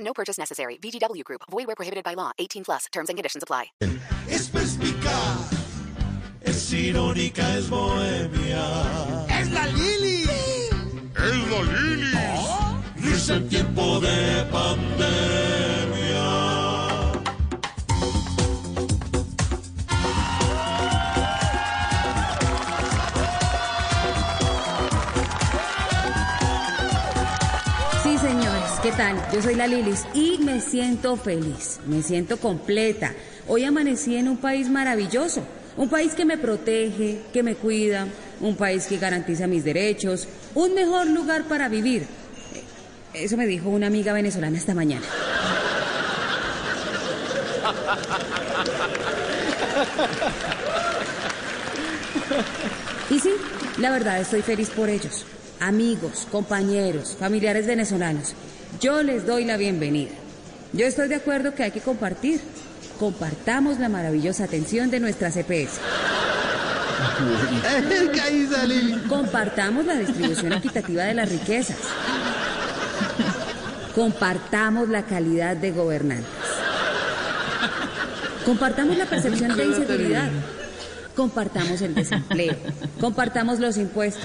No purchase necessary. VGW Group. Void where prohibited by law. 18 plus. Terms and conditions apply. Es perspicaz, es irónica, es bohemia. ¡Es la Lili! ¡Es la Lili! Risa en tiempo de pandemia. Sí, señores, ¿qué tal? Yo soy la Lilis y me siento feliz, me siento completa. Hoy amanecí en un país maravilloso, un país que me protege, que me cuida, un país que garantiza mis derechos, un mejor lugar para vivir. Eh, Eso me dijo una amiga venezolana esta mañana. Y sí, la verdad estoy feliz por ellos. Amigos, compañeros, familiares venezolanos, yo les doy la bienvenida. Yo estoy de acuerdo que hay que compartir. Compartamos la maravillosa atención de E nuestra CPS. ¡Es que ahí salí! Compartamos la distribución equitativa de las riquezas. Compartamos la calidad de gobernantes. Compartamos la percepción de inseguridad. Compartamos el desempleo. Compartamos los impuestos.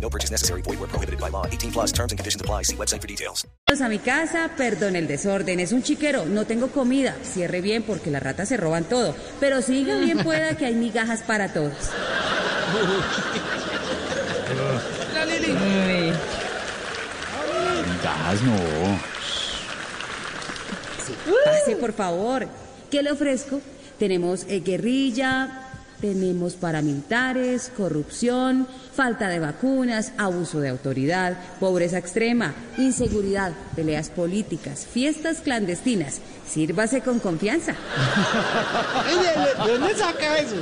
No purchase necessary. Void where prohibited by law. 18 plus terms and conditions apply. See website for details. Bienvenidos a mi casa, perdón el desorden, es un chiquero, no tengo comida, cierre bien porque las ratas se roban todo, pero siga bien pueda que hay migajas para todos. ¡La Lili! Pase por favor, ¿qué le ofrezco? Tenemos eh, guerrilla, tenemos paramilitares, corrupción, falta de vacunas, abuso de autoridad, pobreza extrema, inseguridad, peleas políticas, fiestas clandestinas, sírvase con confianza. Oye, ¿De dónde saca eso?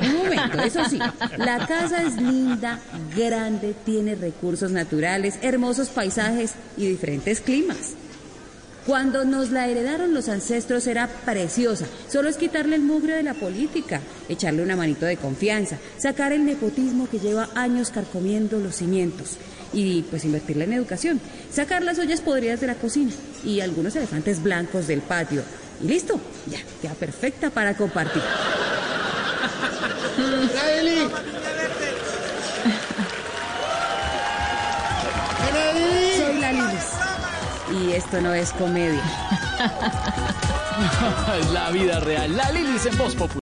Un momento, eso sí. La casa es linda, grande, tiene recursos naturales, hermosos paisajes y diferentes climas. Cuando nos la heredaron los ancestros era preciosa. Solo es quitarle el mugre de la política, echarle una manito de confianza, sacar el nepotismo que lleva años carcomiendo los cimientos y pues invertirla en educación, sacar las ollas podridas de la cocina y algunos elefantes blancos del patio. Y listo, ya queda perfecta para compartir. ¡La Lili! ¡La Lili! Soy la Lilis. Y esto no es comedia. La vida real. La Lilis en Voz Populi.